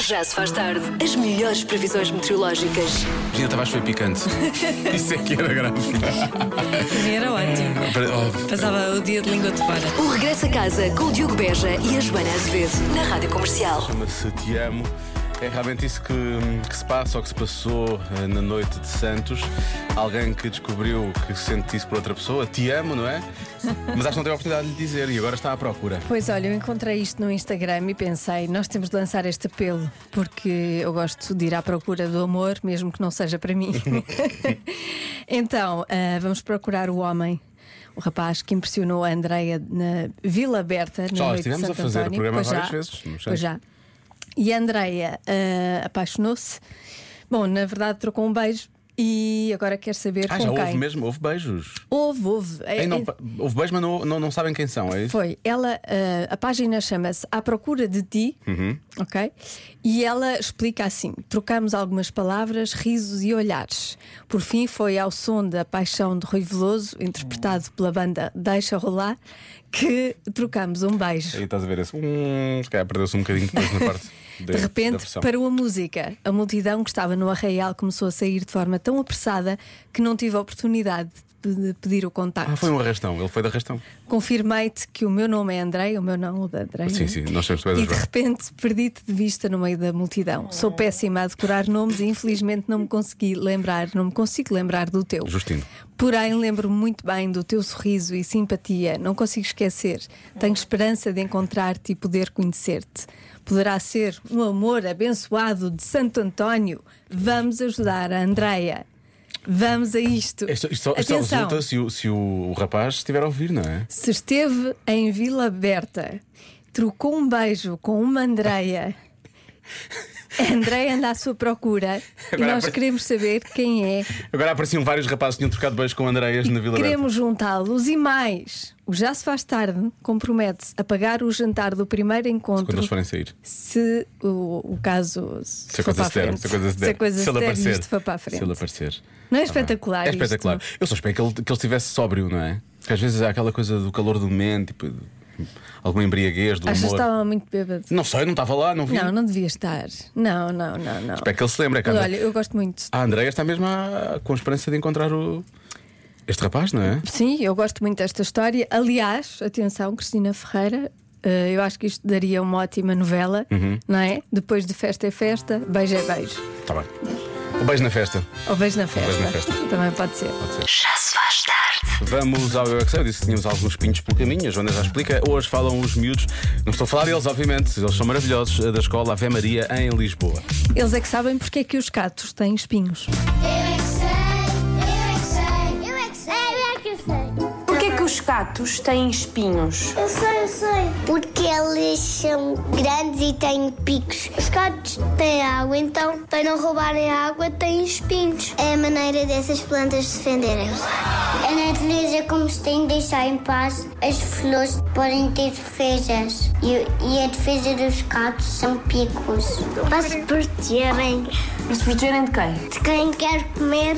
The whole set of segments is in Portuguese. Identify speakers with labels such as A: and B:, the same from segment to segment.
A: Já se faz tarde. As melhores previsões meteorológicas.
B: Gina Tavares foi picante. Isso é que era grave.
C: Era ótimo.
B: Oh,
C: Passava o dia de língua de fora.
A: O Regresso a Casa com o Diogo Beja e a Joana Azevedo. Na Rádio Comercial.
B: Chama-se Te Amo. É realmente isso que, que se passa ou que se passou eh, na noite de Santos. Alguém que descobriu que sente isso por outra pessoa, te amo, não é? Mas acho que não teve a oportunidade de lhe dizer e agora está à procura.
D: Pois olha, eu encontrei isto no Instagram e pensei, nós temos de lançar este apelo, porque eu gosto de ir à procura do amor, mesmo que não seja para mim. então, ah, vamos procurar o homem. O rapaz que impressionou a Andreia na Vila Aberta, na
B: Já lá
D: noite de
B: estivemos
D: Santo
B: a fazer o
D: António.
B: programa
D: Pois
B: várias
D: já.
B: vezes, não sei.
D: Pois já. E a Andreia ah, apaixonou-se. Bom, na verdade, trocou um beijo e agora quer saber
B: Ah,
D: com
B: já
D: quem.
B: houve mesmo, houve beijos.
D: Houve, houve. É-
B: Ei, não,
D: é-
B: pa- houve beijos, mas não, não, não sabem quem são, é isso?
D: Foi. Ela, eh, a página chama-se À Procura de Ti,
B: Uhum.
D: ok? E ela explica assim: trocamos algumas palavras, risos e olhares. Por fim, foi ao som da Paixão de Rui Veloso, interpretado pela banda Deixa Rolar, que trocamos um beijo.
B: Aí estás a ver esse. Hum, se calhar perdeu-se um bocadinho depois na parte da-
D: De
B: da
D: repente
B: versão.
D: parou a música. A multidão que estava no arraial começou a sair de forma tão apressada que não tive a oportunidade de de pedir o contacto.
B: Ah, foi um arrastão, ele foi de arrastão.
D: Confirmei-te que o meu nome é Andrei, o meu não, o de Andrei.
B: Sim,
D: né?
B: sim, nós sabemos que tu és a
D: E de
B: Joana.
D: repente perdi-te de vista no meio da multidão. Sou péssima a decorar nomes e infelizmente não me consegui lembrar, não me consigo lembrar do teu.
B: Justino.
D: Porém, lembro-me muito bem do teu sorriso e simpatia. Não consigo esquecer. Tenho esperança de encontrar-te e poder conhecer-te. Poderá ser um amor abençoado de Santo António. Vamos ajudar a Andreia. Vamos a isto.
B: Isto, isto só- isto só
D: Atenção.
B: resulta se o, se o rapaz estiver a ouvir, não é?
D: Se esteve em Vila Berta, trocou um beijo com uma Andreia. A Andreia anda à sua procura e
B: Agora é
D: nós
B: apare-
D: queremos saber quem é.
B: Agora apareciam vários rapazes que tinham trocado beijos com Andreias na Vila Berta.
D: Queremos juntá-los e mais. O Já Se Faz Tarde compromete-se a pagar o jantar do primeiro
B: Quando eles
D: encontro
B: forem sair.
D: se o, o caso se,
B: Se a
D: for
B: coisa
D: para a
B: se der,
D: frente.
B: se a coisa se der.
D: a coisa se
B: ele
D: der e
B: aparecer.
D: isto for para a
B: Se ele
D: frente.
B: aparecer.
D: Não é
B: Tá bem.
D: espetacular
B: É
D: isto?
B: espetacular. Eu só espero que ele, que ele estivesse sóbrio, não é? Porque às vezes há aquela coisa do calor do momento, tipo, de- alguma embriaguez, do
D: Achas que
B: amor.
D: estava muito bêbado?
B: Não sei, não estava lá, não vi.
D: Não, não devia estar. Não, não, não, não.
B: Espero que ele se lembre, é que a
D: Olha, eu gosto muito
B: A Andreia está mesmo à- com esperança de encontrar o... este rapaz, não é?
D: Sim, eu gosto muito desta história. Aliás, atenção, Cristina Ferreira, eh, eu acho que isto daria uma ótima novela,
B: Uhum.
D: não é? Depois de festa é festa, beijo é beijo.
B: Está bem. Um beijo na festa.
D: Ou beijo na festa.
B: beijo na festa.
D: Também pode ser.
A: Já se faz tarde.
B: Vamos ao Eu é Que Sei. Eu disse que tínhamos alguns pintos pelo caminho, a Joana já explica. Hoje falam os miúdos, não estou a falar deles, obviamente, eles são maravilhosos, eh, da escola Ave Maria em Lisboa.
D: Eles é que sabem porque é que os gatos têm espinhos.
E: Eu é que sei, eu é que sei, eu é que sei, eu é que sei.
F: Porquê que os gatos têm espinhos?
E: Eu sei, eu sei. Porque eles são grandes e têm picos. Os gatos têm água, então, para não roubarem a água, têm espinhos. É a maneira dessas plantas defenderem-se. A natureza, como se tem de deixar em paz, as flores podem ter defesas. E, e a defesa dos gatos são picos. Para se protegerem
F: Para se protegerem de quem?
E: de quem quer comer.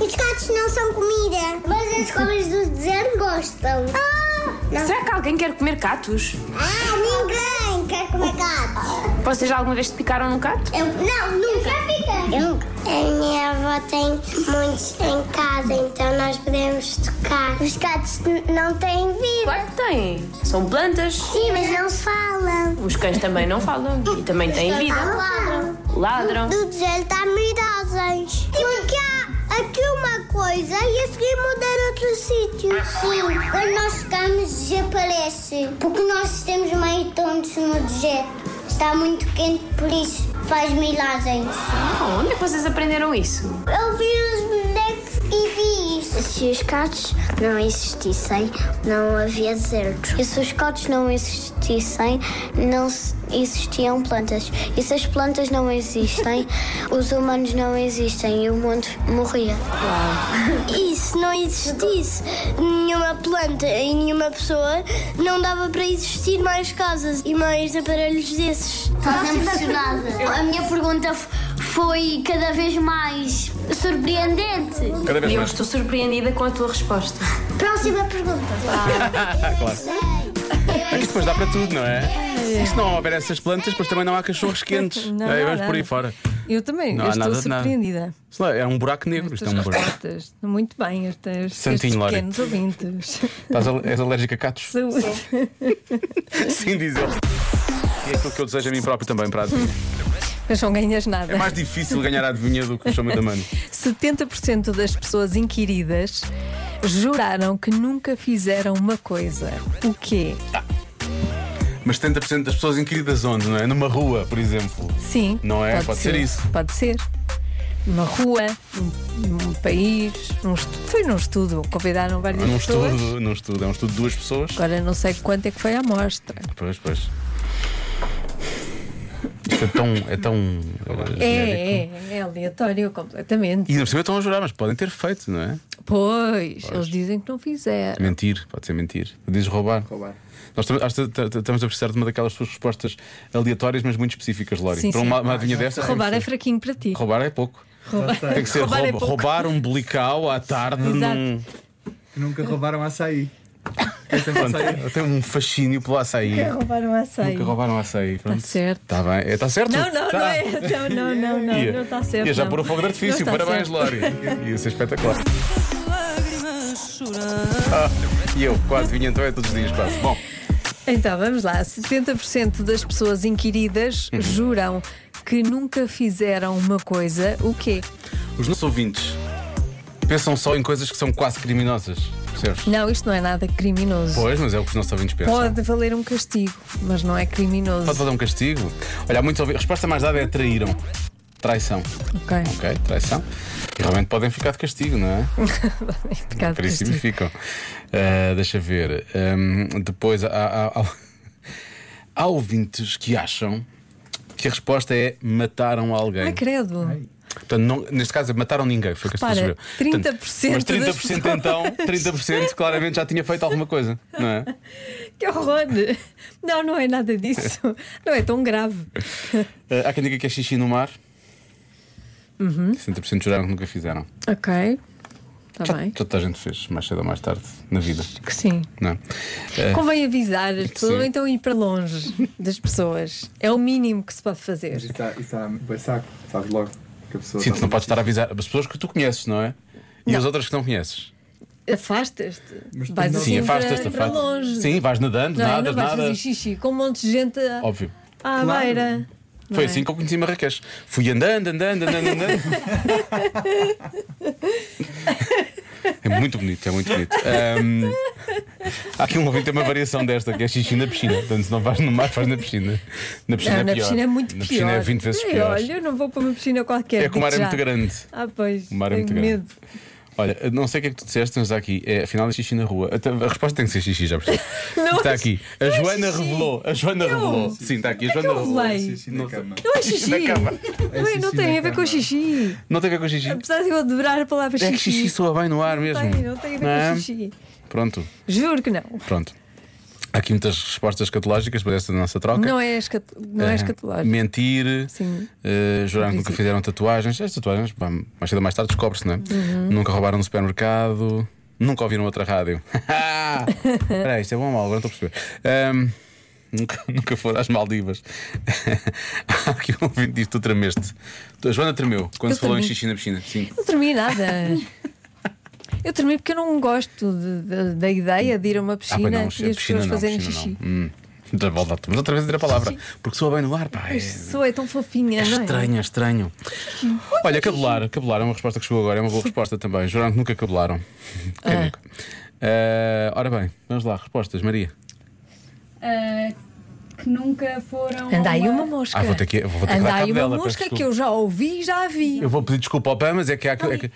E: Os gatos não são comida, mas as cobras do deserto gostam. Ah,
F: Será que alguém quer comer gatos?
E: ninguém quer comer gatos.
F: Vocês já alguma vez te picaram num gato?
E: Eu, não, nunca. Eu nunca. A minha avó tem muitos em casa, então nós podemos tocar. Os gatos n- não têm vida.
F: Claro que têm. São plantas.
E: Sim, mas não falam.
F: Os cães também não falam e também têm vida.
E: Ladram.
F: Ladram.
E: Do tá deserto há mirosas. Porque há aqui uma coisa e a seguir mudar outro sítio. Sim, quando nós chegamos desaparece. Porque nós temos meio tontos no deserto. Está muito quente, por isso faz milagres.
F: Oh, onde é que vocês aprenderam isso?
E: Eu vi os bonecos e vi isso. Se os gatos não existissem, não havia desertos. E se os gatos não existissem, não se- existiam plantas. E se as plantas não existem, os humanos não existem e o mundo morria. E se não existisse nenhuma planta e nenhuma pessoa, não dava para existir mais casas e mais aparelhos desses. Estás impressionada. A minha pergunta foi cada vez mais surpreendente.
B: Cada vez
F: Eu
B: mais.
F: estou surpreendida com a tua resposta.
E: Próxima pergunta.
B: Ah,
E: Ah.
B: Claro. Mas depois dá para tudo, não é?
D: ver.
B: Se não houver essas plantas, pois também não há cachorros quentes.
D: Não,
B: Aí
D: não,
B: vamos por aí
D: nada.
B: fora.
D: Eu também,
B: Não
D: eu
B: há
D: estou
B: nada de nada.
D: surpreendida.
B: Sei lá, é um buraco negro. Isto é
D: Estas
B: um buraco.
D: respostas. Muito bem, estas,
B: Santinho,
D: estes
B: Lori.
D: pequenos ouvintes.
B: Estás al- és alérgica a catos?
D: Saúde.
B: Sim, diz ele. E é aquilo que eu desejo a mim próprio também para a adivinha.
D: Mas não ganhas nada.
B: É mais difícil ganhar a adivinha do que o chama da mano.
D: 70% das pessoas inquiridas juraram que nunca fizeram uma coisa. O quê?
B: Mas 70% das pessoas inquiridas onde, não é? Numa rua, por exemplo.
D: Sim.
B: Não é? Pode ser isso.
D: Pode ser. Uma rua, um, um país, um estudo. Foi num estudo, convidaram várias
B: Num
D: pessoas.
B: estudo, num estudo. É um estudo de duas pessoas.
D: Agora não sei quanto é que foi a amostra.
B: Pois, pois. Isto é tão. É tão eh, genérico.
D: É, é, é aleatório completamente.
B: E não percebeu, estão a jurar, mas podem ter feito, não é?
D: Pois, eles dizem que não fizeram.
B: Mentir, pode ser mentir. Dizes roubar. Roubar. Nós tam- acho que t- t- estamos a precisar de uma daquelas suas respostas aleatórias, mas muito específicas, Lori.
D: Sim,
B: Para
D: sim.
B: uma, uma adivinha dessa.
D: Roubar é
B: temos que-
D: fraquinho para ti.
B: Roubar é pouco. Tem que ser
D: Roubar
B: roubar,
D: é pouco.
B: roubar um belical à tarde
D: Exato.
B: num.
G: Nunca roubaram açaí.
B: Pronto, eu tenho um fascínio pelo açaí.
D: Roubaram açaí.
B: Nunca roubaram É açaí. Está
D: Tá certo.
B: Está bem. Está certo?
D: Não, não,
B: Tá.
D: não é. Não, não, não, não,
B: Ia-
D: não está certo.
B: Ia já
D: não.
B: pôr o fogo de artifício.
D: Não está
B: Parabéns,
D: certo.
B: Lori. Ia ser espetacular. Ah, e eu, quase vinha então é todos os dias, quase. Bom,
D: Então vamos lá. 70% das pessoas inquiridas juram que nunca fizeram uma coisa. O quê?
B: os nossos ouvintes pensam só em coisas que são quase criminosas, percebes?
D: Não, isto não é nada criminoso.
B: Pois, mas é o que os nossos ouvintes pensam.
D: Pode valer um castigo, mas não é criminoso.
B: Pode fazer um castigo? Olha, há muitos ouvintes. A resposta mais dada é traíram. Traição.
D: Ok.
B: Ok, traição. E realmente podem ficar de castigo, não é?
D: Pecado
B: Por isso
D: um castigo.
B: ficam. Ah, deixa ver. Ahm, depois há, há- há- há ouvintes que acham que a resposta é mataram alguém.
D: Ai, credo.
B: Portanto, não- neste caso, mataram ninguém. Foi o que se
D: Repara,
B: percebeu.
D: 30%
B: Portanto,
D: das
B: mas 30%
D: pessoas.
B: então, 30% claramente já tinha feito alguma coisa, não é?
D: Que horror! Não, não é nada disso. Não é tão grave.
B: Ah, há quem diga que é xixi no mar.
D: Uhum.
B: 60% juraram que nunca fizeram.
D: Ok. Está Tá bem.
B: Toda a gente fez, mais cedo ou mais tarde, na vida.
D: Que sim.
B: Não é? Ah,
D: Convém avisar as pessoas,
B: Sim.
D: ou então ir para longe das pessoas. É o mínimo que se pode
G: Mas
D: fazer.
G: isso
H: tá,
G: está, isso está bem saco, sabes logo que a pessoa. está
B: Sim, tu não
G: muito-
B: podes estar a avisar as pessoas que tu conheces, não é? E as outras que não conheces.
G: Mas
D: Afastas-te. Vais
G: tu não-
D: assim
B: Sim, afasta-te,
D: para, para
B: afasta-te.
D: longe.
B: Sim, vais nadando,
D: não, é?
B: nada,
D: não vais
B: nada.
D: fazer xixi com um monte de gente a-
B: Óbvio.
D: à
G: Claro.
D: beira. não
B: Foi
D: é?
B: assim que eu conheci Marrakech. Fui andando, andando, andando, andando. é muito bonito, é muito bonito. Ahm, há aqui um ouvinte tem uma variação desta, que é xixi na piscina. Portanto, se não vais no mar, faz na piscina. Na piscina
D: Não,
B: é
D: na
B: pior.
D: piscina é muito
B: Na
D: pior.
B: piscina é 20 vezes
D: Ei,
B: pior.
D: Olha, eu não vou para uma piscina qualquer.
B: é que o mar é
D: digo
B: muito
D: já.
B: grande.
D: Ah, pois.
B: O mar é
D: tenho
B: muito grande.
D: medo.
B: Olha, não sei o que é que tu disseste, mas está aqui. É, afinal é xixi na rua. Até- A resposta tem que ser xixi, já percebi.
D: Não
B: está
D: é-
B: tá aqui. A
D: não é
B: Joana
D: xixi.
B: revelou. A Joana
D: Eu?
B: revelou. Sim, está aqui. A
D: Como é
B: Joana
D: que eu
B: revelou.
D: revelei?
G: Xixi na cama.
D: Não é xixi.
B: Na cama.
D: Não, é- não
G: xixi
D: tem
G: na
D: a ver com
G: cama.
D: xixi.
B: Não tem a ver com xixi.
D: Apesar de eu adorar a palavra xixi.
B: É que xixi soa bem no ar mesmo.
D: Não tem, não tem a ver
B: é?
D: com xixi.
B: Pronto,
D: Juro que não.
B: pronto. Há aqui muitas respostas escatológicas para esta nossa troca.
D: Não é, escat... não é
B: Eh,
D: escatológico.
B: Mentir,
D: Sim.
B: eh, jurar que nunca
D: princípio.
B: fizeram tatuagens. As tatuagens, pá, mais cedo ou mais tarde, descobre-se, não é?
D: Uhum.
B: Nunca roubaram no supermercado, nunca ouviram outra rádio. Espera aí, isto é bom ou mal? Agora não estou a perceber. Ahm, nunca, nunca foram às Maldivas. Há aqui um ouvinte diz: tu tremeste. A Joana tremeu quando
D: Eu
B: se falou em
D: tremi.
B: xixi na piscina. Sim. Ah,
D: Não tremi nada. Eu tremi porque eu não gosto de- de- da ideia de ir a uma
B: Ah, pois
D: piscina
B: não,
D: e
B: a
D: as pessoas fazerem xixi.
B: Não. Hum. Já volta- Mas outra vez a dizer a palavra, porque soa bem no ar, pá. É,
D: Sou é tão fofinha,
B: é
D: não é?
B: estranho, é estranho. Olha, cabelar, cabelar é uma resposta que chegou agora, é uma boa resposta também. Juraram que nunca cabelaram.
D: Ah.
B: Quem nunca? Eh, ora bem, vamos lá, respostas, Maria.
I: que nunca foram.
D: Andai
I: a
D: uma mosca.
B: Ah, vou ter que- vou ter que dar
D: Andai
B: cabo
D: uma
B: dela, peço
D: mosca que
B: desculpa.
D: eu já ouvi e já a vi.
B: Eu vou pedir desculpa ao Pam, mas é que há. É que...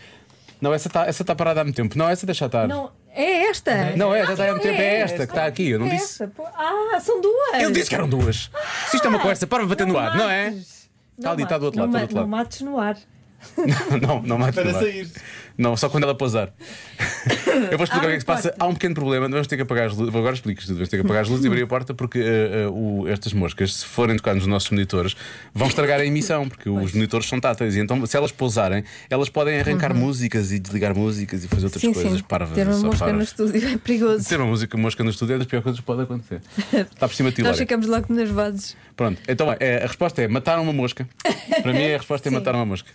B: Não, essa está essa tá parada há muito tempo. Não, essa deixa estar.
D: Não, é esta.
B: Não, é, já está há muito tempo. É
D: é
B: esta que está aqui, eu não
D: É
B: disse.
D: esta, pô. Ah, são duas.
B: Eu disse que eram duas. Se isto é uma conversa, para de bater no ar, não é?
D: mates.
B: Está ali, está do outro
D: não
B: lado, está do
D: ma-
B: outro lado.
D: Não mates no ar.
B: não, não mate
H: Para
B: no bar.
H: sair.
B: Não, só quando ela pousar. Eu vou explicar
D: Abre
B: o que é que se
D: a
B: passa. Há um pequeno problema, vamos ter que apagar as luzes. Vou agora explico isto. Vamos ter que apagar as luzes e abrir a porta porque eh, eh, o- estas moscas, se forem tocar nos nossos monitores, vão estragar a emissão, porque os monitores são táteis. E então, se elas pousarem, elas podem arrancar músicas e desligar músicas e fazer outras
D: Uhum. Sim,
B: coisas
D: sim.
B: parvas.
D: Ter uma
B: só
D: mosca no
B: parvas.
D: estúdio é perigoso.
B: Ter uma música mosca no estúdio é das piores coisas que pode acontecer. Está por cima de ti,
D: Nós
B: Lória.
D: ficamos logo nervosos.
B: Pronto, então bem, eh, a resposta é matar uma mosca. Para mim, a resposta é
D: Sim.
B: matar uma mosca.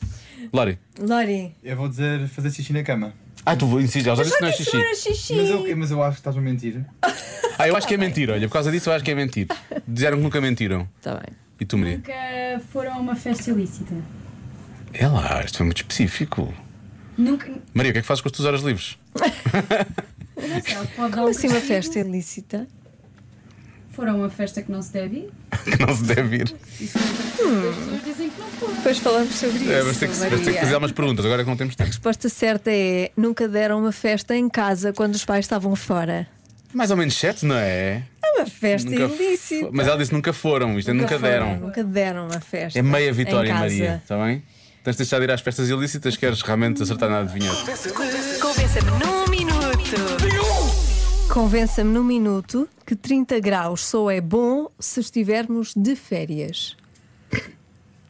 B: Lori,
D: Lori.
H: Eu vou dizer fazer xixi na cama.
B: ah, tu insistes, já disse que não é xixi.
D: xixi.
H: Mas eu, mas eu acho que estás a mentir.
B: Ah, eu acho que é mentira, olha, por causa disso eu acho que é mentira. Disseram que nunca mentiram.
D: Tá bem.
B: E tu, Maria?
I: Nunca foram a uma festa ilícita.
B: É lá, isto foi muito específico.
I: Nunca.
B: Maria, o que é que fazes com as tuas horas livres?
I: Não sei, pode dar um
D: Como assim uma
I: castigo.
D: festa ilícita?
I: Foram a uma festa que não se deve ir. é
B: Que não se deve ir.
D: Hum.
I: As pessoas dizem que não foram.
D: Depois falamos sobre isso.
B: É, mas tem que, mas tem que
D: Maria.
B: fazer algumas perguntas, agora que não temos tempo.
D: A resposta certa é: nunca deram uma festa em casa quando os pais estavam fora.
B: Mais ou menos sete, não é?
D: É uma festa
B: Nunca
D: ilícita.
B: fo- Mas ela disse nunca foram, isto é nunca,
D: foram,
B: deram.
D: Nunca deram uma festa.
B: É meia vitória,
D: em casa.
B: Maria, está bem? Tens de deixar de ir às festas ilícitas, queres realmente acertar na adivinhança.
A: Convença-me num minuto.
D: Convença-me num minuto que 30 graus só é bom se estivermos de férias.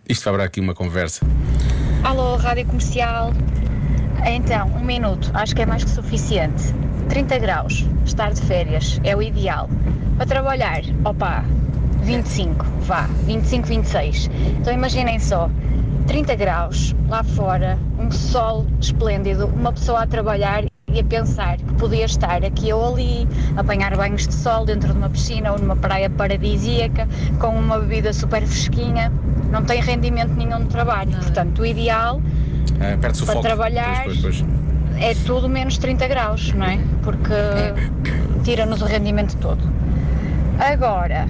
B: Isto vai abrir aqui uma conversa.
J: Alô, Rádio Comercial. Então, um minuto, acho que é mais que suficiente. 30 graus, estar de férias é o ideal. Para trabalhar, opa, 25, vá, 25, 26. Então imaginem só, 30 graus lá fora, um sol esplêndido, uma pessoa a trabalhar e a pensar que podia estar aqui ou ali, apanhar banhos de sol dentro de uma piscina ou numa praia paradisíaca, com uma bebida super fresquinha, não tem rendimento nenhum de trabalho. Portanto, o ideal
B: Ah, Perde-se o
J: Para
B: foco.
J: trabalhar.
B: Pois, pois, pois.
J: é tudo menos 30 graus, não é? Porque tira-nos o rendimento todo. Agora,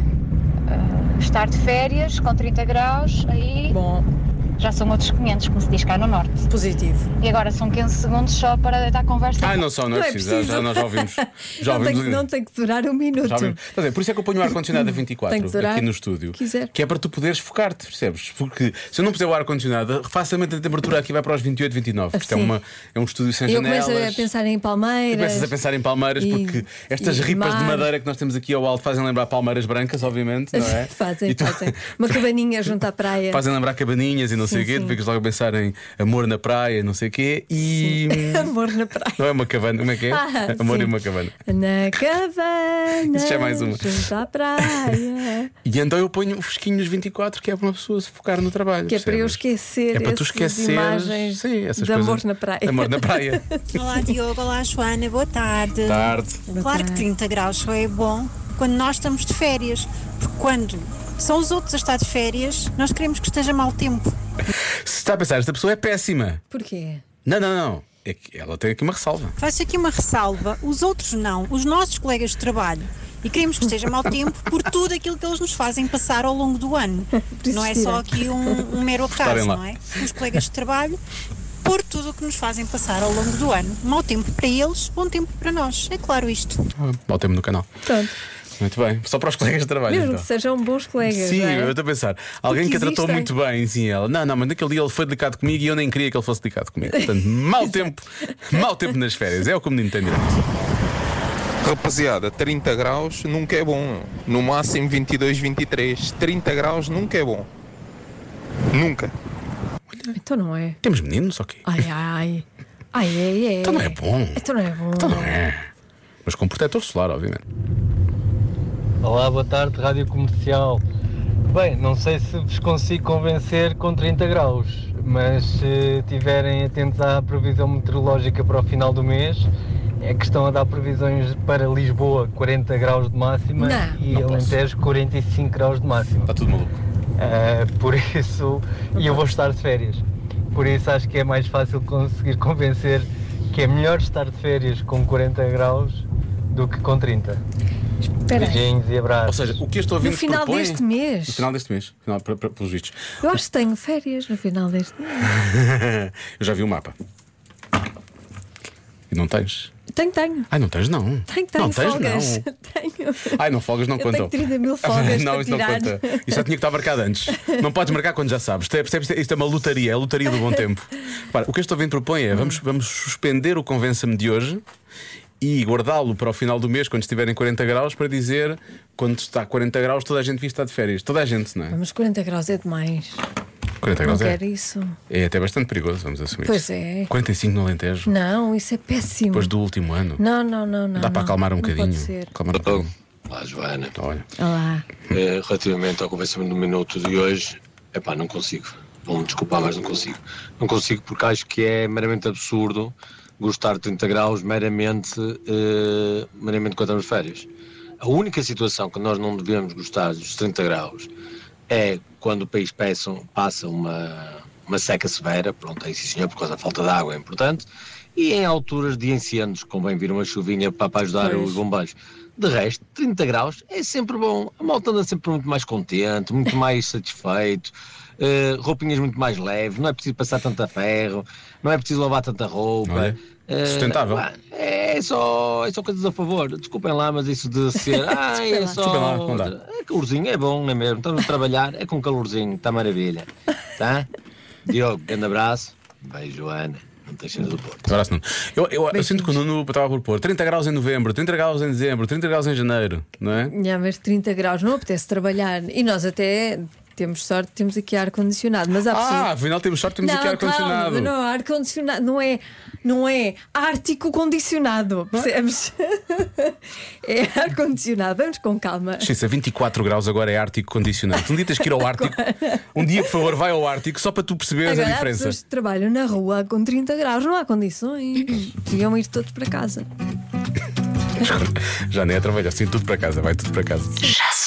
J: ah, estar de férias com 30 graus, aí
K: Bom,
J: já são outros 500, como se diz cá no Norte.
K: positivo.
J: E agora são 15 segundos só para deitar a conversa.
B: Ah, não só, não,
D: Não
B: é
D: é
B: preciso. já- Já,
D: preciso.
B: nós já ouvimos. Já
D: não, tem,
B: ouvimos.
D: que- não tem que durar um minuto.
B: Já ouvimos. Estás a ver, por isso é que eu ponho o ar-condicionado a 24
D: Tem que durar
B: aqui no estúdio.
D: quiser.
B: Que é para tu poderes focar-te, percebes? Porque se eu não puser o ar-condicionado, facilmente a temperatura aqui vai para os 28, 29. Porque isto é,
D: Ah, Sim.
B: uma, é um estúdio sem
D: E eu
B: janelas.
D: começo a pensar em
B: Tu
D: palmeiras.
B: Começas a pensar em palmeiras
D: E-
B: porque estas
D: e
B: ripas de
D: mar.
B: madeira que nós temos aqui ao alto fazem lembrar palmeiras brancas, obviamente, não é?
D: fazem,
B: E tu-
D: fazem. Uma cabaninha junto à praia.
B: Fazem lembrar cabaninhas e não sei o
D: Sim,
B: quê, tu
D: sim.
B: ficas logo a pensar em amor na praia, não sei o quê, e.
D: Amor na praia.
B: Não é uma cabana, como é que é?
D: Ah,
B: amor
D: sim.
B: e uma cabana.
D: Na cabana.
B: Isso já é mais uma.
D: Junto à praia.
B: E então eu ponho o fresquinho nos 24, que é para uma pessoa se focar no trabalho.
D: Que é para eu
B: percebes?
D: esquecer
B: É para tu
D: essas
B: esquecer
D: imagens
B: sim, essas
D: de
B: coisas.
D: amor na praia.
B: De Amor na praia.
L: Olá Diogo, olá Joana, boa tarde.
B: Tarde.
L: Claro que 30 graus só é bom quando nós estamos de férias, porque quando são os outros a estar de férias, nós queremos que esteja mau tempo.
B: Se está a pensar, esta pessoa é péssima.
D: Porquê?
B: Não, não, não. É que ela tem aqui uma ressalva.
L: Faço aqui uma ressalva, os outros não, os nossos colegas de trabalho. E queremos que esteja mau tempo por tudo aquilo que eles nos fazem passar ao longo do ano.
D: isso
L: Não é
D: tira.
L: só aqui um, um mero
B: Reparem
L: acaso,
B: lá.
L: não é? Os colegas de trabalho, por tudo o que nos fazem passar ao longo do ano. Mau tempo para eles, bom tempo para nós. É claro isto.
B: Ah, Mau tempo no canal.
D: Pronto.
B: Muito bem. Só para os colegas de trabalho.
D: Mesmo
B: então.
D: que sejam bons colegas.
B: Sim,
D: não é?
B: eu estou a pensar. Alguém que a tratou
D: existem.
B: muito bem, sim, ela. Não, não, mas naquele dia ele foi delicado comigo e eu nem queria que ele fosse delicado comigo. Portanto, mau tempo, mau tempo nas férias. É o que o menino tem direito.
M: Rapaziada, 30 graus nunca é bom. No máximo 22, 23. 30 graus nunca é bom. Nunca.
D: Então não é.
B: Temos meninos, ok.
D: Ai, ai. Ai, ai, ai.
B: Então não é bom.
D: Então não é bom.
B: Então não é. Mas com protetor solar, obviamente.
N: Olá, boa tarde, Rádio Comercial. Bem, não sei se vos consigo convencer com 30 graus, mas se estiverem atentos à previsão meteorológica para o final do mês, é que estão a dar previsões para Lisboa 40 graus de máxima
D: Não.
N: e
B: Não posso.
N: Alentejo 45 graus de máxima.
B: Está tudo maluco.
N: Ah, por isso, e eu vou estar de férias. Por isso acho que é mais fácil conseguir convencer que é melhor estar de férias com 40 graus do que com 30.
D: Espera aí.
N: Beijinhos e abraços.
B: Ou seja, o que eu estou a ouvir
D: No final
B: propõe,
D: deste mês.
B: No final deste mês, final, para, para, pelos vistos.
D: Eu acho que tenho férias no final deste mês.
B: Eu já vi o mapa. E não tens?
D: Tenho, tenho.
B: Ai, não tens, não.
D: Tenho, tenho
B: não tens,
D: folgas.
B: não.
D: Tenho.
B: Ai, não folgas não
D: Eu
B: contam.
D: tenho 30 mil folgas
B: não,
D: para
B: isso não
D: tirar.
B: conta. Isso já tinha que estar marcado antes. Não podes marcar quando já sabes. Isto é, percebes? Isto é uma lotaria, é a lotaria do bom tempo. Repara, o que este ouvinte propõe é
D: Hum.
B: vamos, vamos suspender o convença-me de hoje e guardá-lo para o final do mês, quando estiverem 40 graus, para dizer quando está 40 graus, toda a gente devia estar de férias. Toda a gente, não é?
D: Mas 40 graus é demais.
B: 40
D: não
B: graus é.
D: quero isso.
B: É até bastante perigoso, vamos assumir.
D: Pois é.
B: 45 no Alentejo,
D: Não, isso é péssimo.
B: depois do último ano.
D: Não, não, não, não.
B: Dá para
D: não.
B: acalmar um
D: Não
B: bocadinho.
D: Pode ser.
B: Acalmar um bocadinho. Então,
J: Olá, Joana.
B: Olha.
D: Olá.
J: Eh, relativamente ao convencimento do minuto de hoje, epá, não consigo. Vão-me desculpar, mas não consigo. Não consigo porque acho que é meramente absurdo gostar de 30 graus meramente, eh, meramente quando estamos de férias. A única situação que nós não devemos gostar dos 30 graus é quando o país peça, passa uma, uma seca severa, pronto, aí sim senhor, por causa da falta de água é importante, e em alturas de incêndios, convém vir uma chuvinha para, para ajudar
O: Pois.
J: os bombeiros. De resto, 30 graus é sempre bom, a malta anda sempre muito mais contente, muito mais satisfeito, eh, roupinhas muito mais leves, não é preciso passar tanta ferro, não é preciso lavar tanta roupa.
B: Olha,
J: Eh,
B: sustentável.
J: pá, É só, é só coisas a favor. Desculpem lá, mas isso de ser. Ai, é só.
B: Desculpem lá, não dá.
J: É calorzinho, é bom, não é mesmo? Estamos a trabalhar, é com calorzinho, está maravilha. Tá? Diogo, grande abraço. Beijo, Ana. Não deixes do Porto.
B: Abraço, Nuno. Eu, eu, eu sinto que o Nuno estava a propor 30 graus em novembro, 30 graus em dezembro, 30 graus em janeiro, não é?
D: Nhá, mas 30 graus não apetece trabalhar. E nós até temos sorte, temos aqui ar-condicionado. Mas há
B: Ah,
D: pessoas.
B: afinal temos sorte, temos
D: não,
B: aqui ar-condicionado.
D: calma, não, ar-condicionado não é, não é ártico condicionado, percebes? é ar-condicionado, vamos com calma.
B: Xissa, 24 graus agora é Ártico condicionado. Um dia tens que ir ao Ártico. Um dia, por favor, vai ao Ártico só para tu perceberes
D: Agora
B: a
D: há
B: diferença.
D: pessoas que trabalham na rua com 30 graus, não há condições. Deviam ir todos para casa.
B: Já nem é trabalhar, assim tudo para casa, vai tudo para casa.
A: Já